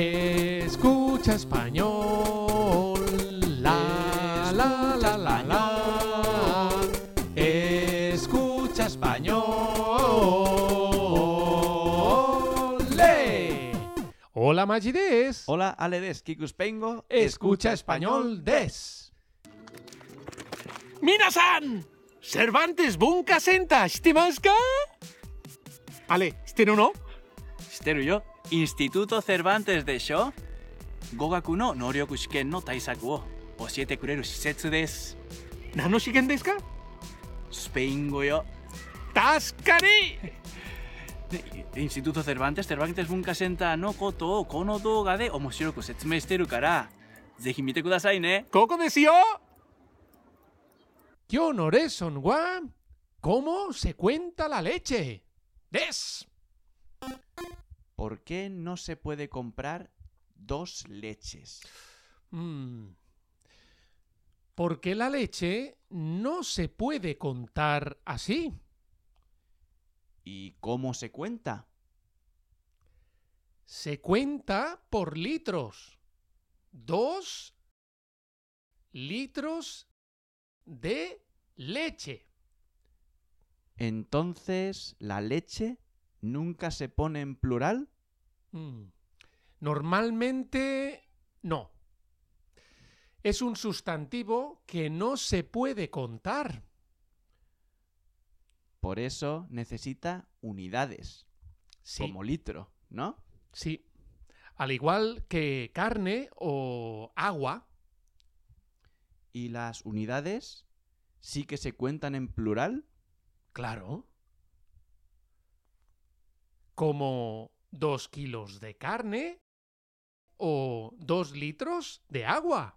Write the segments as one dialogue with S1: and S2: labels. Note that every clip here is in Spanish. S1: Escucha español. La, la, la, la, la. Escucha español. ¡Le! Hola, Magides.
S2: Hola, Aledes, Kikuspengo.
S1: Escucha español des.
S3: ¡Minasan! Cervantes bunka senta, ¿shtimaska? Ale, ¿estero no?
S2: Stereo yo. Instituto Cervantes de Sho. Gogaku no noryoku shiken no taisaku o oshiete kureru shisetsu desu.
S3: ¿Nano shigen desu ka?
S2: Spain go yo.
S3: ¡Tascari!
S2: De- Instituto Cervantes, Cervantes Bunka Senta no koto o kono douga de omoshiroku setsumei shiteru kara, zehi mite kudasai ne.
S3: ¿Coco desio?
S1: Kyonore son wa. ¿Cómo se cuenta la leche? Des.
S2: ¿Por qué no se puede comprar dos leches?
S1: Mm. Porque la leche no se puede contar así.
S2: ¿Y cómo se cuenta?
S1: Se cuenta por litros. Dos litros de leche.
S2: Entonces, ¿la leche nunca se pone en plural?
S1: Mm. Normalmente no. Es un sustantivo que no se puede contar.
S2: Por eso necesita unidades,
S1: Sí,
S2: como litro, ¿no?
S1: sí. Al igual que carne o agua,
S2: ¿Y las unidades sí que se cuentan en plural?
S1: Claro. Como dos kilos de carne o dos litros de agua.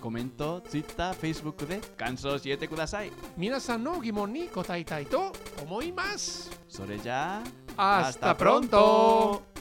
S2: Comento, cita, Facebook de Kanso 7 Kudasai.
S1: Minasan no gimon ni kotai taito, omoi más.
S2: Sobre ya.
S1: ¡Hasta pronto!